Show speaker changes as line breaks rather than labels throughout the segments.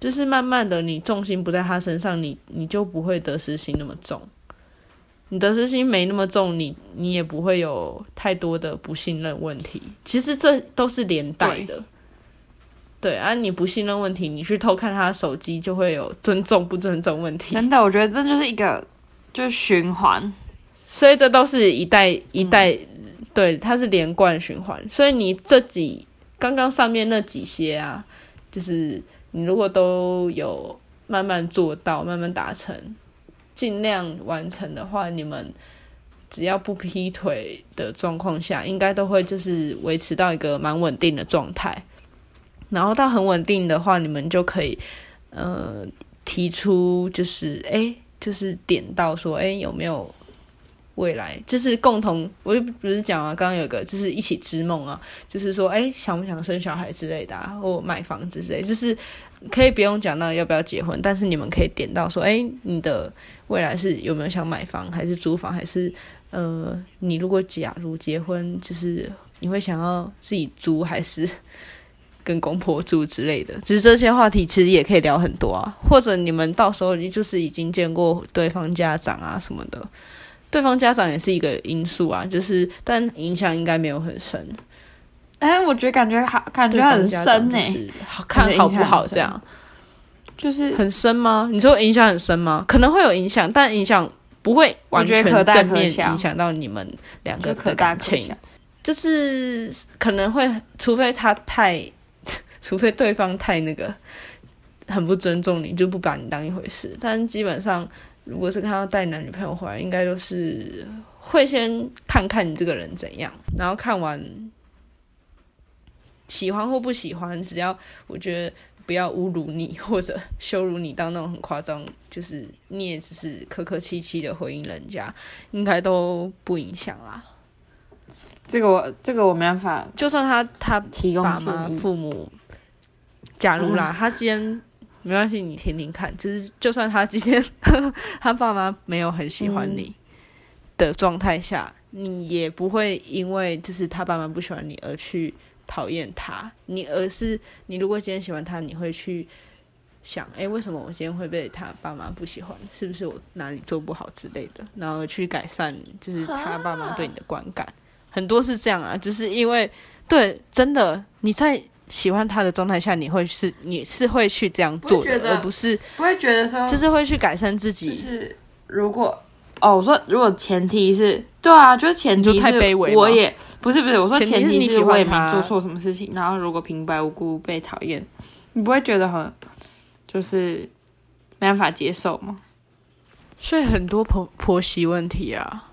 就是慢慢的，你重心不在他身上，你你就不会得失心那么重。你得失心没那么重，你你也不会有太多的不信任问题。其实这都是连带的。对啊，你不信任问题，你去偷看他的手机，就会有尊重不尊重问题。
真的，我觉得这就是一个就是循环。
所以这都是一代一代，对，它是连贯循环。所以你这几刚刚上面那几些啊，就是你如果都有慢慢做到，慢慢达成，尽量完成的话，你们只要不劈腿的状况下，应该都会就是维持到一个蛮稳定的状态。然后到很稳定的话，你们就可以呃提出就是哎、诶就是点到说哎、诶有没有未来，就是共同，我就不是讲啊，刚刚有个就是一起织梦啊，就是说哎、诶想不想生小孩之类的、啊，或买房子之类，就是可以不用讲到要不要结婚，但是你们可以点到说哎、诶你的未来是有没有想买房，还是租房，还是呃你如果假如结婚，就是你会想要自己租还是？跟公婆住之类的，就是这些话题其实也可以聊很多啊。或者你们到时候就是已经见过对方家长啊什么的，对方家长也是一个因素啊，就是但影响应该没有很深。
哎，我觉得感觉好，感觉
对方
很
家长
深欸呢、
就是好看好不好这样，
就是
很深吗？你说影响很深吗？可能会有影响，但影响不会完全
我觉得可大可
正面
小
影响到你们两个的
就可大
感
可
情
小。。
就是可能会，除非他太， 除非对方太那个，很不尊重你，就不把你当一回事。但基本上，如果是看到带男女朋友回来，应该都是会先看看你这个人怎样，然后看完喜欢或不喜欢，只要我觉得不要侮辱你或者羞辱你到那种很夸张，就是你也只是客客气气的回应人家，应该都不影响啦。
这个我这个我没办法
就算他他
提供嗯
爸妈、
建议。
父母，假如啦，他今天没关系，你听听看，就是就算他今天 他爸妈没有很喜欢
嗯
你的状态下，你也不会因为就是他爸妈不喜欢你而去讨厌他，你而是你如果今天喜欢他，你会去。想，哎、为什么我今天会被他爸妈不喜欢？是不是我哪里做不好之类的？然后去改善，就是他爸妈对你的观感，很多是这样啊，就是因为对，真的，你在喜欢他的状态下，你会是你是会去这样做
我觉
的，
得
而不是
不会觉得说
就是会去改善自己。
就是如果哦，我说如果前提是对啊，就是前提
你
是
说太卑微吗
我也不是不是，我说
前提是
前提
你喜
我
欢
也没
他
做错什么事情，然后如果平白无故被讨厌，你不会觉得很就是没办法接受吗？
所以很多婆婆媳问题啊，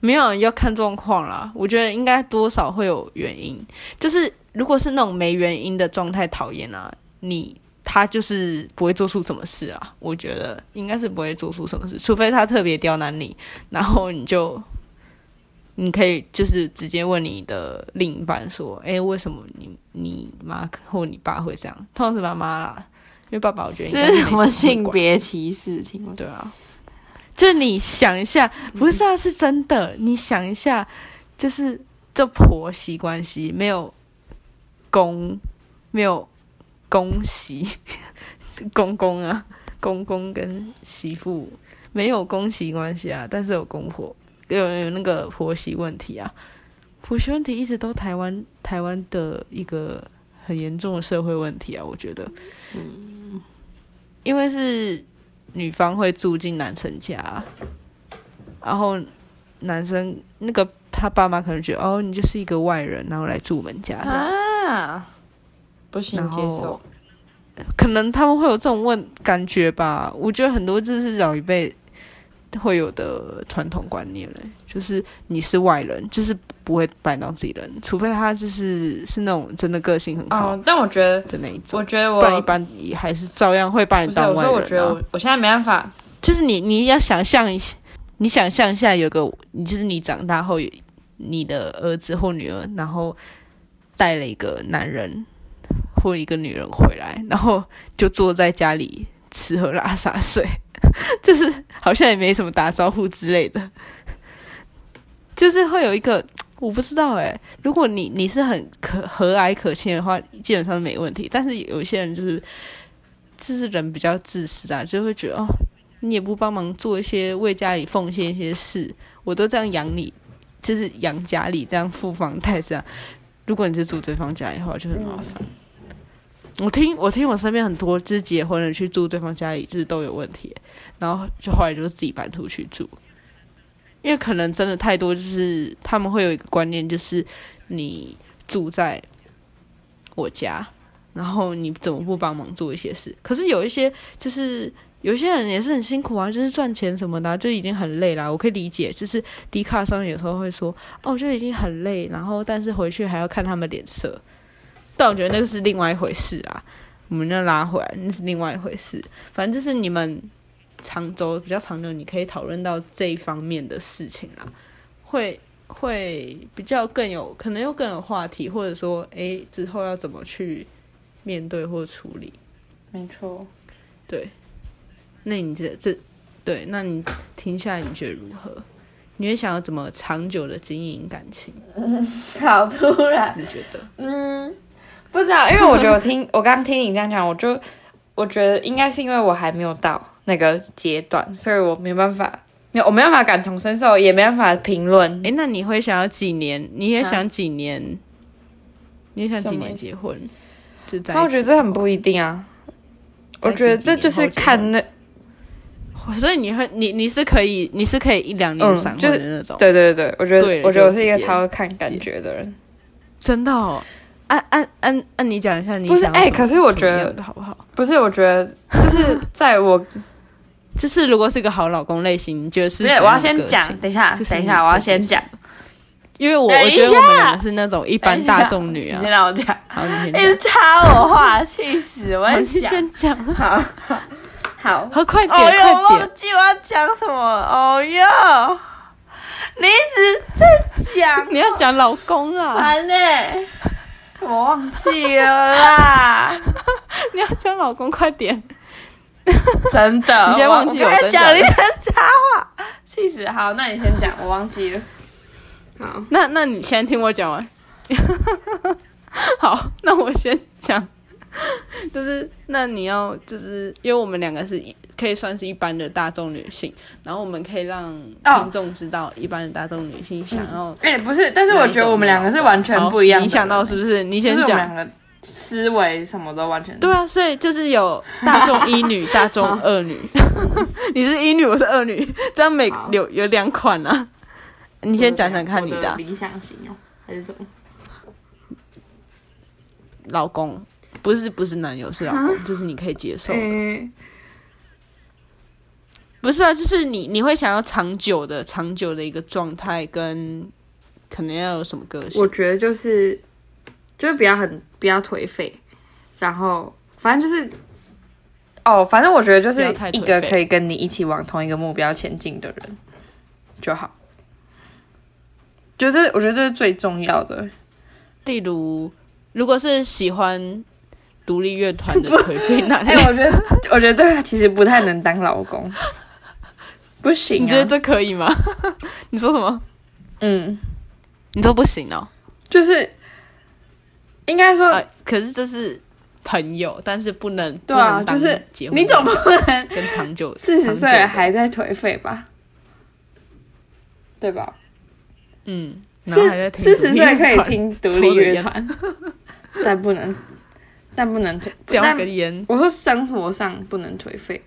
没有要看状况啦。我觉得应该多少会有原因，就是如果是那种没原因的状态讨厌啊，你他就是不会做出什么事啊。我觉得应该是不会做出什么事，除非他特别刁难你，然后你就。你可以就是直接问你的另一半说：“哎、为什么你你妈或你爸会这样？”通常是妈妈啦，因为爸爸我觉得应
这
该
是
没
什么
什么
性
管
别歧视？请问，
对啊，就你想一下，不是啊，是真的。你想一下，就是这婆媳关系没有公，没有公媳， 是公公啊，公公跟媳妇没有公媳关系啊，但是有公婆，有有那个婆媳问题啊。婆媳问题一直都台湾台湾的一个很严重的社会问题啊，我觉得，
嗯，
因为是女方会住进男生家，然后男生那个他爸妈可能觉得哦，你就是一个外人，然后来住我们家的，
啊，不行
然
接受
后。可能他们会有这种问感觉吧。我觉得很多这是老一辈会有的传统观念嘞，就是你是外人，就是不会把你当自己人，除非他就是是那种真的个性很好
哦，但我觉得，
的那一种，
我觉得
不然一
我
般也还是照样会把
不
你
是，
当
我
外人、啊。
说我觉得我我现在没办法，
就是你你要想象一下，你想象一下有个，你就是你长大后，你的儿子或女儿，然后带了一个男人或一个女人回来，然后就坐在家里吃喝拉撒睡， 就是好像也没什么打招呼之类的，就是会有一个。我不知道哎、如果你你是很可和蔼可亲的话，基本上没问题。但是有一些人就是就是人比较自私啊，就会觉得哦，你也不帮忙做一些为家里奉献一些事，我都这样养你，就是养家里这样付房贷这样。如果你是住对方家里的话，就很麻烦。我听我听我身边很多就是结婚了去住对方家里，就是都有问题，然后就后来就是自己搬出去住，因为可能真的太多，就是他们会有一个观念，就是你住在我家，然后你怎么不帮忙做一些事？可是有一些就是有一些人也是很辛苦啊，就是赚钱什么的啊、就已经很累啦。我可以理解，就是迪卡上有时候会说，哦，就已经很累，然后但是回去还要看他们脸色。但我觉得那个是另外一回事啊，我们就拉回来，那是另外一回事。反正就是你们长轴比较长久，你可以讨论到这一方面的事情啦，会会比较更有可能又更有话题，或者说，诶、之后要怎么去面对或处理。
没错。
对，那你这这对，那你停下来你觉得如何？你会想要怎么长久的经营感情？
好突然。
你觉得？
嗯，不知道，因为我觉得我 听我刚听你这样讲，我就我觉得应该是因为我还没有到那个阶段，所以我没办法，没有我没办法感同身受，也没办法评论。
诶，哎那你会想要几年？你也
啊
想几年？你也想
什
几
么
年
意思
结婚？就在
那我觉
一
得
起
这很不一定啊，
在
我
一起
觉得
几
这
年
就是
后结
看
婚
那
所以你会你你是可以你是可以一两年
嗯
闪
就
婚
是
的那种，
对对对，我觉得
对
我觉得我
就是
一个
直接
超看感觉的人，
真的哦。按按按按啊你讲一下你
不是
想要
诶
什么
可是我觉
什么
得
样的好不好？
不是我觉得就是在我
就是如果是个好老公类型，你觉得是
不是
怎
我要
样的
先
个
讲，
性
等一下
就是
等一
你
下我要
会
先
是
讲，
因为我
等
我
一
觉得我们两个是那种一般
一
大
下
众女
你
啊
先。让我 讲，
好，你先
一直
讲。
插我话，气死我！
好，
也
你
想。
先哎讲。 哎
好好，
好，快 点，
哦哟，我
快点
忘。记我要讲什么，哦哟，你一直在讲，欸
你要讲老公啊，
烦呢、 我忘记了啦，
你要讲老公，快点。
真的，
你现在
我
忘记
我
我
刚才
真
讲
的
了一个插话，气死！好，那你先讲，我忘记了。好，
那那你先听我讲完。 好，那我先讲，就是那你要就是因为我们两个是一可以算是一般的大众女性，然后我们可以让
哦
听众知道一般的大众女性想要、
哎、不是，但是我觉得我们两个是完全不一样的人。
你想到是不是？你
就
先
是我
讲
们两。个思维什么都完全
对啊，所以就是有大众一女、大众二女， 你是一女，我是二女， 这样每
好
有有两款啊。你
你
先讲讲看你的啊
理想型哦，还是什么？
老公，不是不是男友，是老公，就是你可以接受的。
嗯，
不是啊，就是你你会想要长久的、长久的一个状态，跟可能要有什么个
我
性？
觉得就是就是不要很不要颓废，然后反正就是哦，反正我觉得就是
不要太颓废
一个可以跟你一起往同一个目标前进的人就好。就是我觉得这是最重要的，
例如，如果是喜欢独立乐团 的颓废男
哎、，我觉得我觉得这个其实不太能当老公，不行、啊。
你觉得这可以吗？ 你说什么？
嗯，
你说不行哦、
就是应该 说、
啊，可是这是朋友，但是不能
对啊
不能当
就是
结婚
你总不能
跟长久
四十岁
长久的
还在颓废吧？对吧？
嗯，然后还在听
四四十
独立
岁
乐
可以
团
听独立乐团， 但不能，但不能颓。
叼
但
个烟，
我说生活上不能颓废，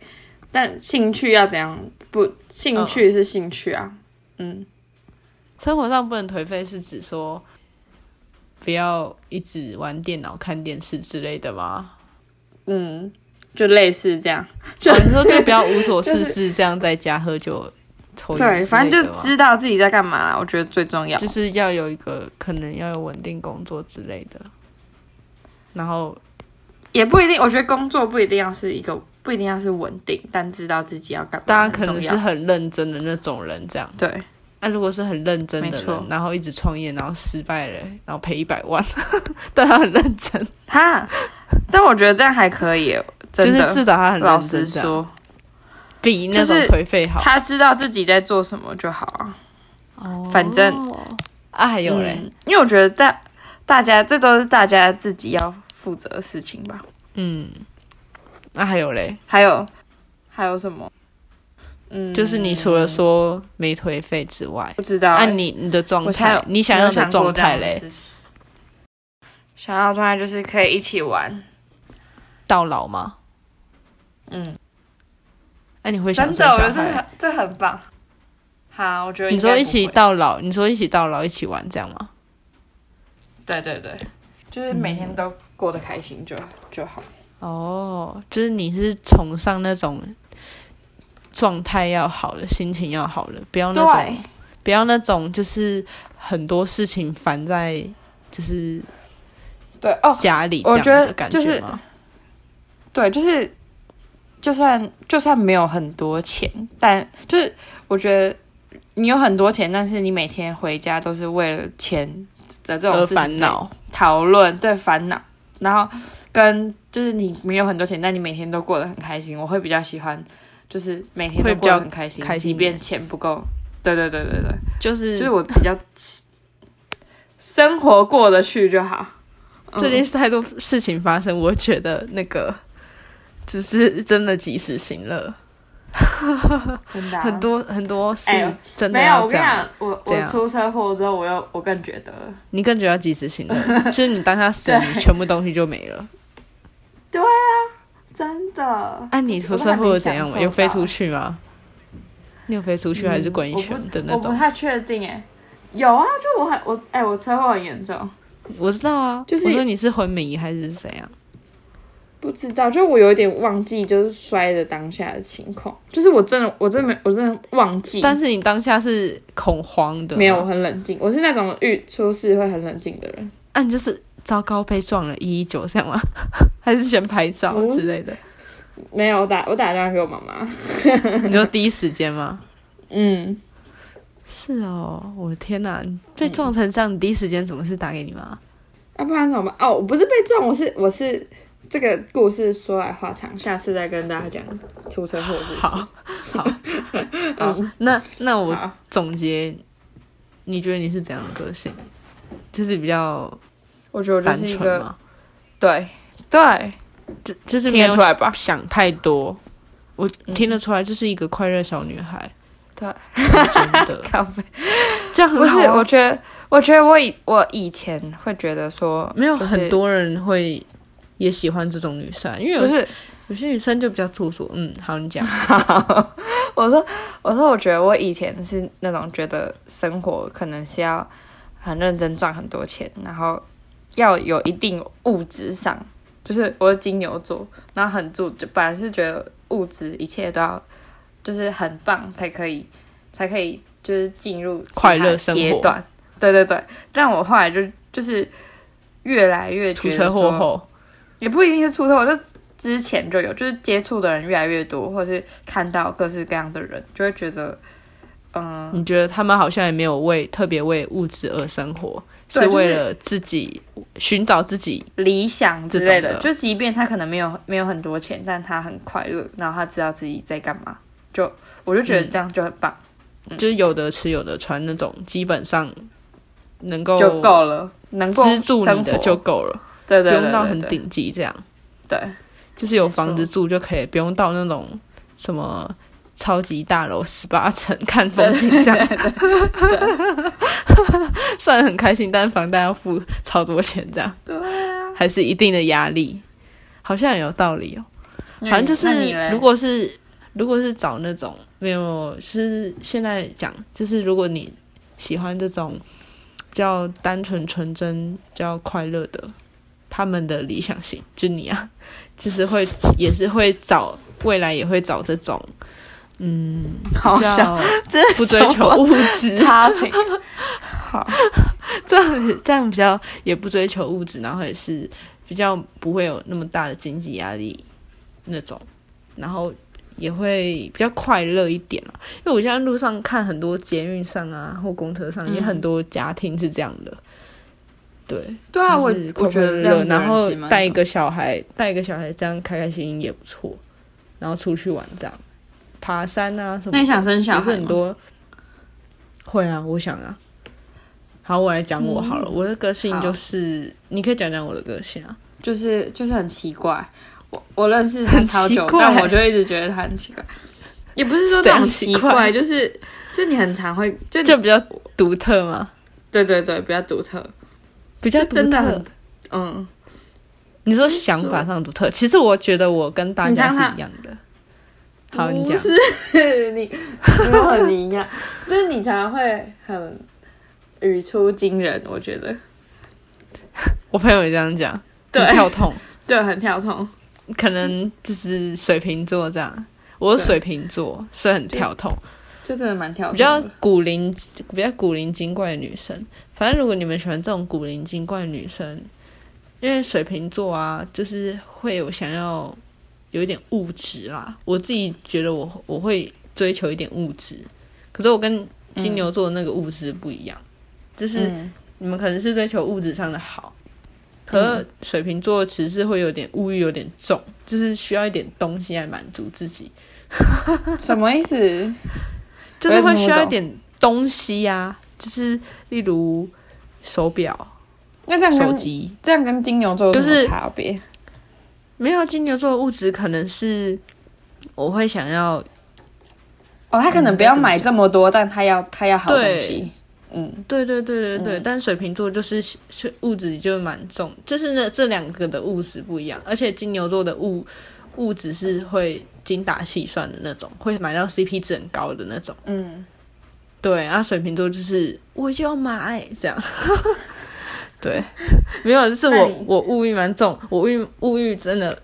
但兴趣要怎样？不，兴
哦
趣是兴趣啊。嗯，
生活上不能颓废，是指说不要一直玩电脑、看电视之类的吗？
嗯，就类似这样。就
哦、你说就不要无 所
就
事
是
事，这样在家喝酒、抽烟
对，
之
反
类
正
的
就
吗
知道自己在干嘛，我觉得最重要。
就是要有一个可能要有稳定工作之类的，然后
也不一定，我觉得工作不一定要是一个，不一定要是稳定，但知道自己要干嘛，
大家可能
很
是
重要
很认真的那种人，这样。
对。
那、啊如果是很认真的
没错
人，然后一直创业，然后失败了，然后赔一百万， 但他很认真，
哈，但我觉得这样还 可以，
就
真
是
的。
至少他很
老
认真
实
这样，
说，
比那种
就是
颓废好。
他知道自己在做什么就好啊。
哦
反正
啊，还有嘞，
嗯因为我觉得大大家这都是大家自己要负责的事情吧。
嗯，那还有嘞，
还有还有什么？嗯，
就是你除了说没颓废之外，
不知道、
那、
欸，
你你的状
我才
态
有，
你想
没有
要的
过
状态
这样的
嘞，
事情。想要的状态就是可以一起玩，
到老吗？
嗯，
那、你会想
真
生
的，我
小
觉得这很
孩？
这很棒。好，我觉得
你
应该
说一
不
起
会
到老，你说一起到老，一起玩这样吗？
对对对，就是每
嗯
天都过得开心就就好。
哦，就是你是崇尚那种状态要好的，心情要好的，不要那种
对，
不要那种就是很多事情烦在就是
对哦，
家里
我
这样的
觉得
感
就是
觉吗？
对，就是就算就算没有很多钱，但就是我觉得你有很多钱，但是你每天回家都是为了钱的这种
而
事情
烦恼，
讨论，对烦恼，然后跟就是你没有很多钱，但你每天都过得很开心，我会比较喜欢，就是每天
会
都
比
过
较
得很开心，嗯
开心一
即
点
便钱不够。对对对对对。
就是
就是我比较生活过得去就好。嗯
最近太多事情发生，我觉得那个只是真的及时行乐，
真的、
很多很多事
啊哎呦
真的
没有，
要
我
这
跟你
样。
讲，我
这
我
样
出车祸之后，我又我更觉得，
你更觉得要及时行乐，就是你当 下死，
对
你全部东西就没了。
对啊，真的。
哎、你出车祸又怎样
我都
嘛？
还没享受到嗯
有飞出去吗？你有飞出去还是滚一圈的那
我不
种？
太确定哎、有啊，就我很我哎、我车祸很严重，
我知道啊，
就是
我说你是昏迷还是怎样？
不知道，就我有点忘记，就是摔的当下的情况，就是我真的我真的没我真的忘记，
但是你当下是恐慌的，
没有，我。很冷静，我是那种遇出事会很冷静的人。
啊，你就是糟糕被撞了，一一九这样吗？ 还是先拍照
不是
之 类的？
没有，我打我打电话给我妈妈，
你说第一时间吗？
嗯。
是哦，我的天哪！你被撞成这样，你第一时间怎么是打给你妈？
要、不然怎么办？哦，我不是被撞，我是我是这个故事说来话长，下次再跟大家讲出车祸的故事。
好，好，好，那那我
嗯好
总结，你觉得你是怎样的个性？就是比较
我觉得我就
单
是一
纯
个
吗？
对对，
就就是没
听得
有
出来吧？嗯
想太多，我听得出来，就是一个快乐小女孩。
对，
真 的，
靠背
这样很
不是
好，啊
我觉得，我觉得我以我以前会觉得说
没有
就是
很多人会也喜欢这种女生，因为
不
有
是，
有些女生就比较做作。嗯，好， 你讲，
我说我说我觉得我以前是那种觉得生活可能是要很认真赚很多钱，然后要有一定物质上，就是我是金牛座，然后很注，就本来是觉得物质一切都要就是很棒才可以，才可以就是进入其他
快乐生活
阶段。对对对，但我后来就就是越来越
出
觉得
车祸
说
后，
也不一定是出车祸，就之前就有，就是接触的人越来越多，或是看到各式各样的人，就会觉得，嗯，
你觉得他们好像也没有为特别为物质而生活，是
对就是
为了自己寻找自己。
理想之类
这
的。
种的
就即便他可能没有没有很多钱，但他很快乐，然后他知道自己在干嘛，就我就觉得这样就很棒，嗯
就是有的吃有的穿那种，基本上能够
就够了，能够
嗯哦资助你
生活
的就够了，
对
不
对对对
用到很
对
顶级这样，
对
就是有
没错
房子住就可以，不用到那种什么超级大楼十八层看风景这样。 虽然很开心，但是房贷要付超多钱这样，
对啊，
还是一定的压力，好像也有道理哦。
那
反正就
你那
是，
你嘞
如果是如果是找那种没有，就是现在讲，就是如果你喜欢这种比较单纯、纯真、比较快乐的，他们的理想型，就你啊， 就是会也是会找未来也会找这种，嗯，
好
比
哦笑，
较
真的
不追求物质，
他好，
这样这样比较也不追求物质，然后也是比较不会有那么大的经济压力那种，然后也会比较快乐一点啦。因为我现在路上看很多捷运上啊或公车上，
嗯
也很多家庭是这样的。对，
对啊，我
就是快
我觉
快
得
乐
这样
乐，
子的人
然后
其实蛮
带一
爽
个小孩，带一个小孩这样开开心心也不错，然后出去玩这样，爬山啊什么的。
那你想生小
也是
孩
很
吗？
多。会啊，我想啊。好，我来讲我好了。我的个性
嗯好
就是，你可以讲讲我的个性啊。
就是就是很奇怪。我我认识他超久
很奇，怪
但我就一直觉得他很奇怪，也不是说这种
是
奇
很奇怪
怪，就是就你很常会就
就比较独特嘛，
对对对，比较独特，
比较
就
独
真的
特
很。嗯，
你说想法上独特，其实我觉得我跟大
你
家
看
是
看
一样的。好，你
不
讲。
是你没有很一样，就是你常常会很语出惊人，我觉得
我朋友也这样讲，
对
很跳痛，
对，很跳痛，
可能就是水瓶座这样。我是
对
水瓶座，所以很跳痛，
就真的蛮跳
比
痛
较
的，
古灵比较古灵精怪的女生。反正如果你们喜欢这种古灵精怪的女生，因为水瓶座啊，就是会有想要有一点物质啦。我自己觉得我我会追求一点物质，可是我跟金牛座那个物质不一样，就是。
嗯
你们可能是追求物质上的好，可是水瓶座其实是会有点物欲有点重，就是需要一点东西来满足自己，
什么意思？
就是会
我也听不懂
需要一点东西呀、就是例如手表、
那这样
手
跟
机。
这样跟金牛座有什么
就是
差别？
没有金牛座的物质可能是我会想要
哦，他可能不要买这么多，但他要他要好东西。嗯，
对对对对对，
嗯
但水瓶座就是是物质就蛮重，就是那这两个的物质不一样，而且金牛座的物物质是会精打细算的那种，会买到 CP 值很高的那种。
嗯，
对，然后水瓶座就是我就要买这样。 对，没有，就是
那
我
你
我物欲蛮重，我物欲物欲真的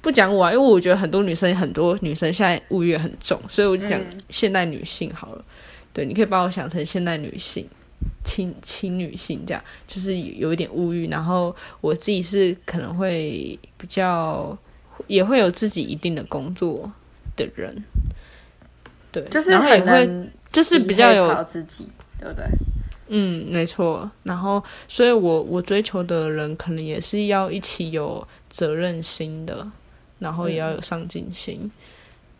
不讲我、啊，因为我觉得很多女生很多女生现在物欲也很重，所以我就讲
嗯
现代女性好了。对，你可以把我想成现代女性。轻轻女性这样，就是有一点物欲，然后我自己是可能会比较，也会有自己一定的工作的人，对，
就是
然后也
很
会
能
就是比较有
依靠自己，对不对？
嗯，没错。然后，所以我我追求的人，可能也是要一起有责任心的，然后也要有上进心。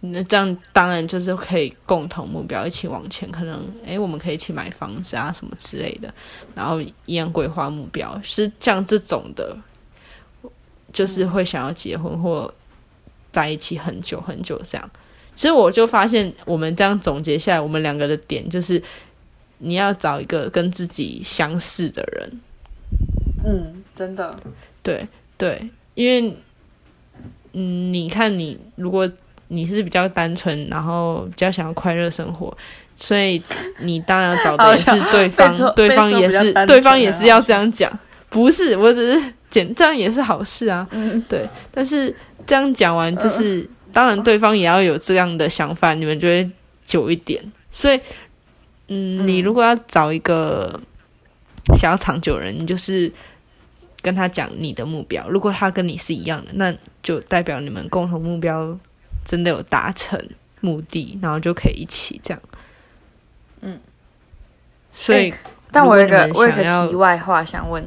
那这样当然就是可以共同目标一起往前，可能诶，我们可以一起买房子啊什么之类的，然后一样规划目标，是像这种的，就是会想要结婚或在一起很久很久这样。其实我就发现，我们这样总结下来，我们两个的点就是，你要找一个跟自己相似的人，
嗯，真的，
对对，因为嗯，你看你如果你是比较单纯，然后比较想要快乐生活，所以你当然要找的
好
也是
笑
对
被说
方，对
被
方
说
也
比较
是
单
对
纯
方也
啊
是要这样讲，不是，我只是简这样也是好事啊，
嗯，
对，但是这样讲完，就是、当然对方也要有这样的想法，你们就会久一点。所以，嗯，你
嗯
如果要找一个想要长久的人，你就是跟他讲你的目标。如果他跟你是一样的，那就代表你们共同目标真的有达成目的，然后就可以一起这样。
嗯，哎
所以，
但我有一个
如
我
果
有
你
一
们想要
个题外话想问，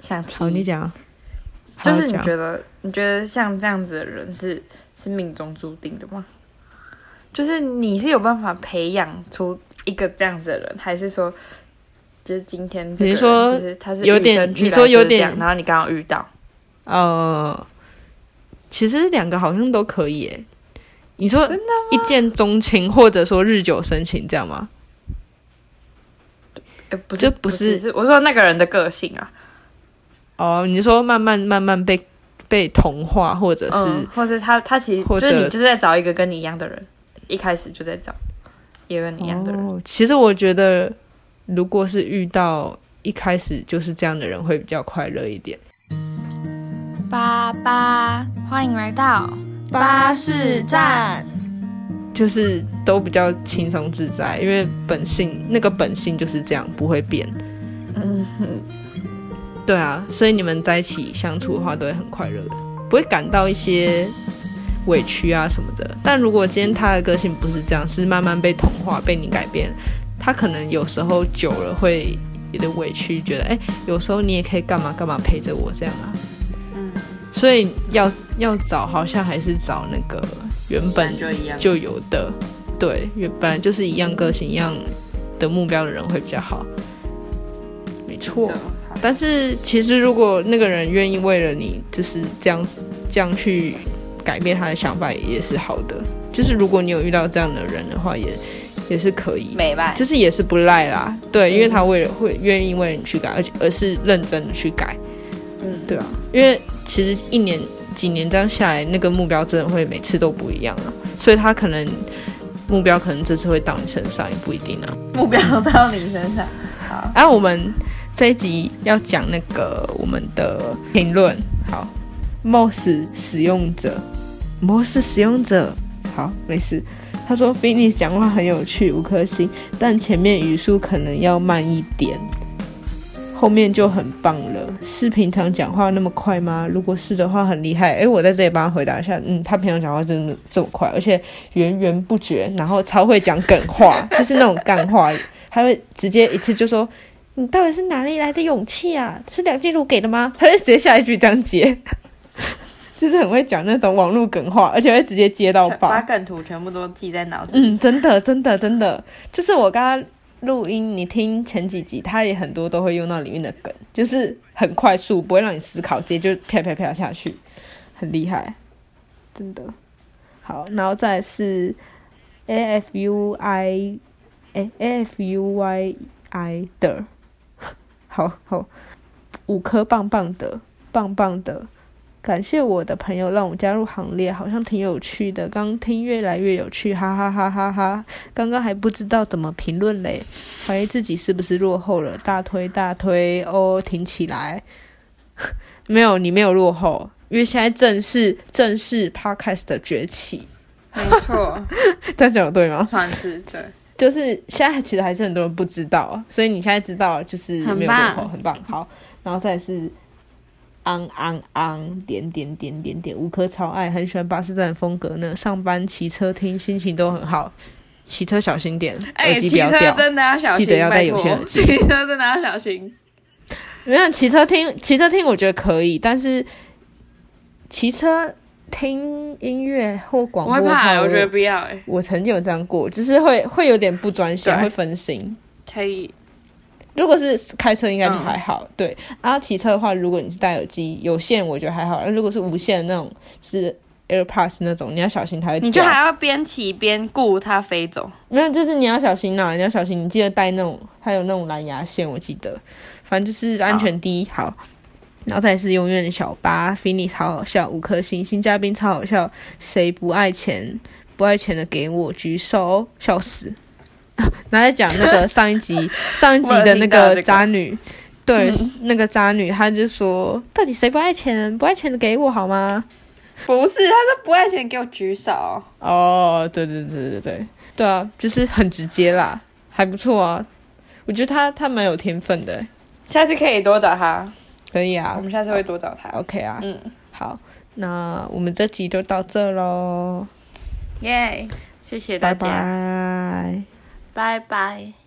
想提
好，你讲，啊
就
好
是你
讲
觉得，你觉得像这样子的人是是命中注定的吗？就是你是有办法培养出一个这样子的人，还是说，就是今天这个
你是说
人就是他是
有
与
点
生俱
你
来
说
就是
有
这样
点
然后你刚好遇到，
呃，其实两个好像都可以诶。你说
真的
一见钟情，或者说日久生情，这样吗？
呃，不是
这不
不
是
是我说那个人的个性啊，
哦，你说慢慢慢慢被被同化，或者是、
嗯，或是他他其实
或
就
者
是你就是在找一个跟你一样的人，一开始就在找一个跟你一样的人，
哦，其实我觉得，如果是遇到一开始就是这样的人，会比较快乐一点。
八八，欢迎来到巴士站。
就是都比较轻松自在，因为本性那个本性就是这样，不会变。
嗯，
对啊，所以你们在一起相处的话，都会很快乐的，不会感到一些委屈啊什么的。但如果今天他的个性不是这样，是慢慢被同化、被你改变，他可能有时候久了会有点委屈，觉得哎、有时候你也可以干嘛干嘛陪着我这样啊。
嗯，
所以要要找，好像还是找那个原本
嗯
就一样
就有的，对，因为本来就是一样个性、一样的目标的人会比较好。没错
的。好
但是其实如果那个人愿意为了你，就是这样这样去改变他的想法，也是好的。就是如果你有遇到这样的人的话，也也是可以，
美吧？
就是也是不赖啦。对，因为他为了会愿意为了你去改，而且而是认真的去改。
嗯，
对啊，因为其实一年几年这样下来，那个目标真的会每次都不一样啊，所以他可能目标可能这次会到你身上也不一定啊。
目标到你身上。好，
哎、啊，我们这一集要讲那个我们的评论，好，Moss 使用者，Moss 使用者，好，没事。他说 f i n i 讲话很有趣，五颗星，但前面语速可能要慢一点，后面就很棒了。是平常讲话那么快吗？如果是的话，很厉害。诶，我在这里帮他回答一下，嗯，他平常讲话真的这么快，而且源源不绝，然后超会讲梗话，就是那种干话，嗯他会直接一次就说。嗯你到底是哪里来的勇气啊？ 是梁静茹给的吗？他就直接下一句这样接， 就是很会讲那种网络梗话，而且会直接接到
全
爆。
把梗图全部都记在脑子里。
嗯，真的，真的，真的，就是我刚刚录音，你听前几集，他也很多都会用到里面的梗，就是很快速，不会让你思考，直接就啪啪啪下去，很厉害，真的。好，然后再来是 A F U I，哎 A F U Y I 的， 好好，五颗棒棒的，棒棒的。感谢我的朋友让我加入行列，好像挺有趣的。刚听越来越有趣，哈哈哈哈哈！刚刚还不知道怎么评论嘞，怀疑自己是不是落后了。大推大推哦，挺起来！ 没有，你没有落后，因为现在正是正是 podcast 的崛 起。
没错，
这样讲得对吗？
算是对。
就是现在其实还是很多人不知道啊，所以你现在知道了就是
很
没有
棒
落后，很棒。好，然后再来是昂昂昂点点点点点，五颗超爱，很喜欢巴士站的风格呢。上班骑车听，心情都很好。骑车小心点，
哎、
耳机不
骑
要
车
掉。
真的要小心，
记得要戴
拜托
有线耳
骑车真的要小心。
没有骑车听，骑车听我觉得可以，但是骑车听音乐或广
我
播
会
的
怕、
话，
我觉得不要哎、
我曾经有这样过，就是会会有点不专心，
对
会分心。
可以，
如果是开车，应该就还好。
嗯
对，然后骑车的话，如果你是戴耳机有线，我觉得还好。如果是无线的那种，是 AirPods 那种，哎你要小心它会掉。
你就还要边骑边顾它飞走。哎
没有，就是你要小心啦，你要小心，你记得带那种，它有那种蓝牙线，我记得，反正就是安全第一。好，然后再来是永远的小八 f i n i 超好笑，五颗星，新嘉宾超好笑，谁不爱钱？不爱钱的给我举手，笑死。 然后再讲那个上一集 上一集
我有
的那
听到这
个
个
渣女，对，那个渣女，她就说，到底谁不爱钱？不爱钱的给我好吗？
不是，他说不爱钱给我举手。
哦，对对对对对对啊，就是很直接啦，还不错啊。我觉得他他蛮有天分的，
下次可以多找他，
可以
我
啊
们下次会多找他。
，OK 啊，
嗯，
好，那我们这集就到这喽，
耶、谢谢大家，
拜拜。
拜拜。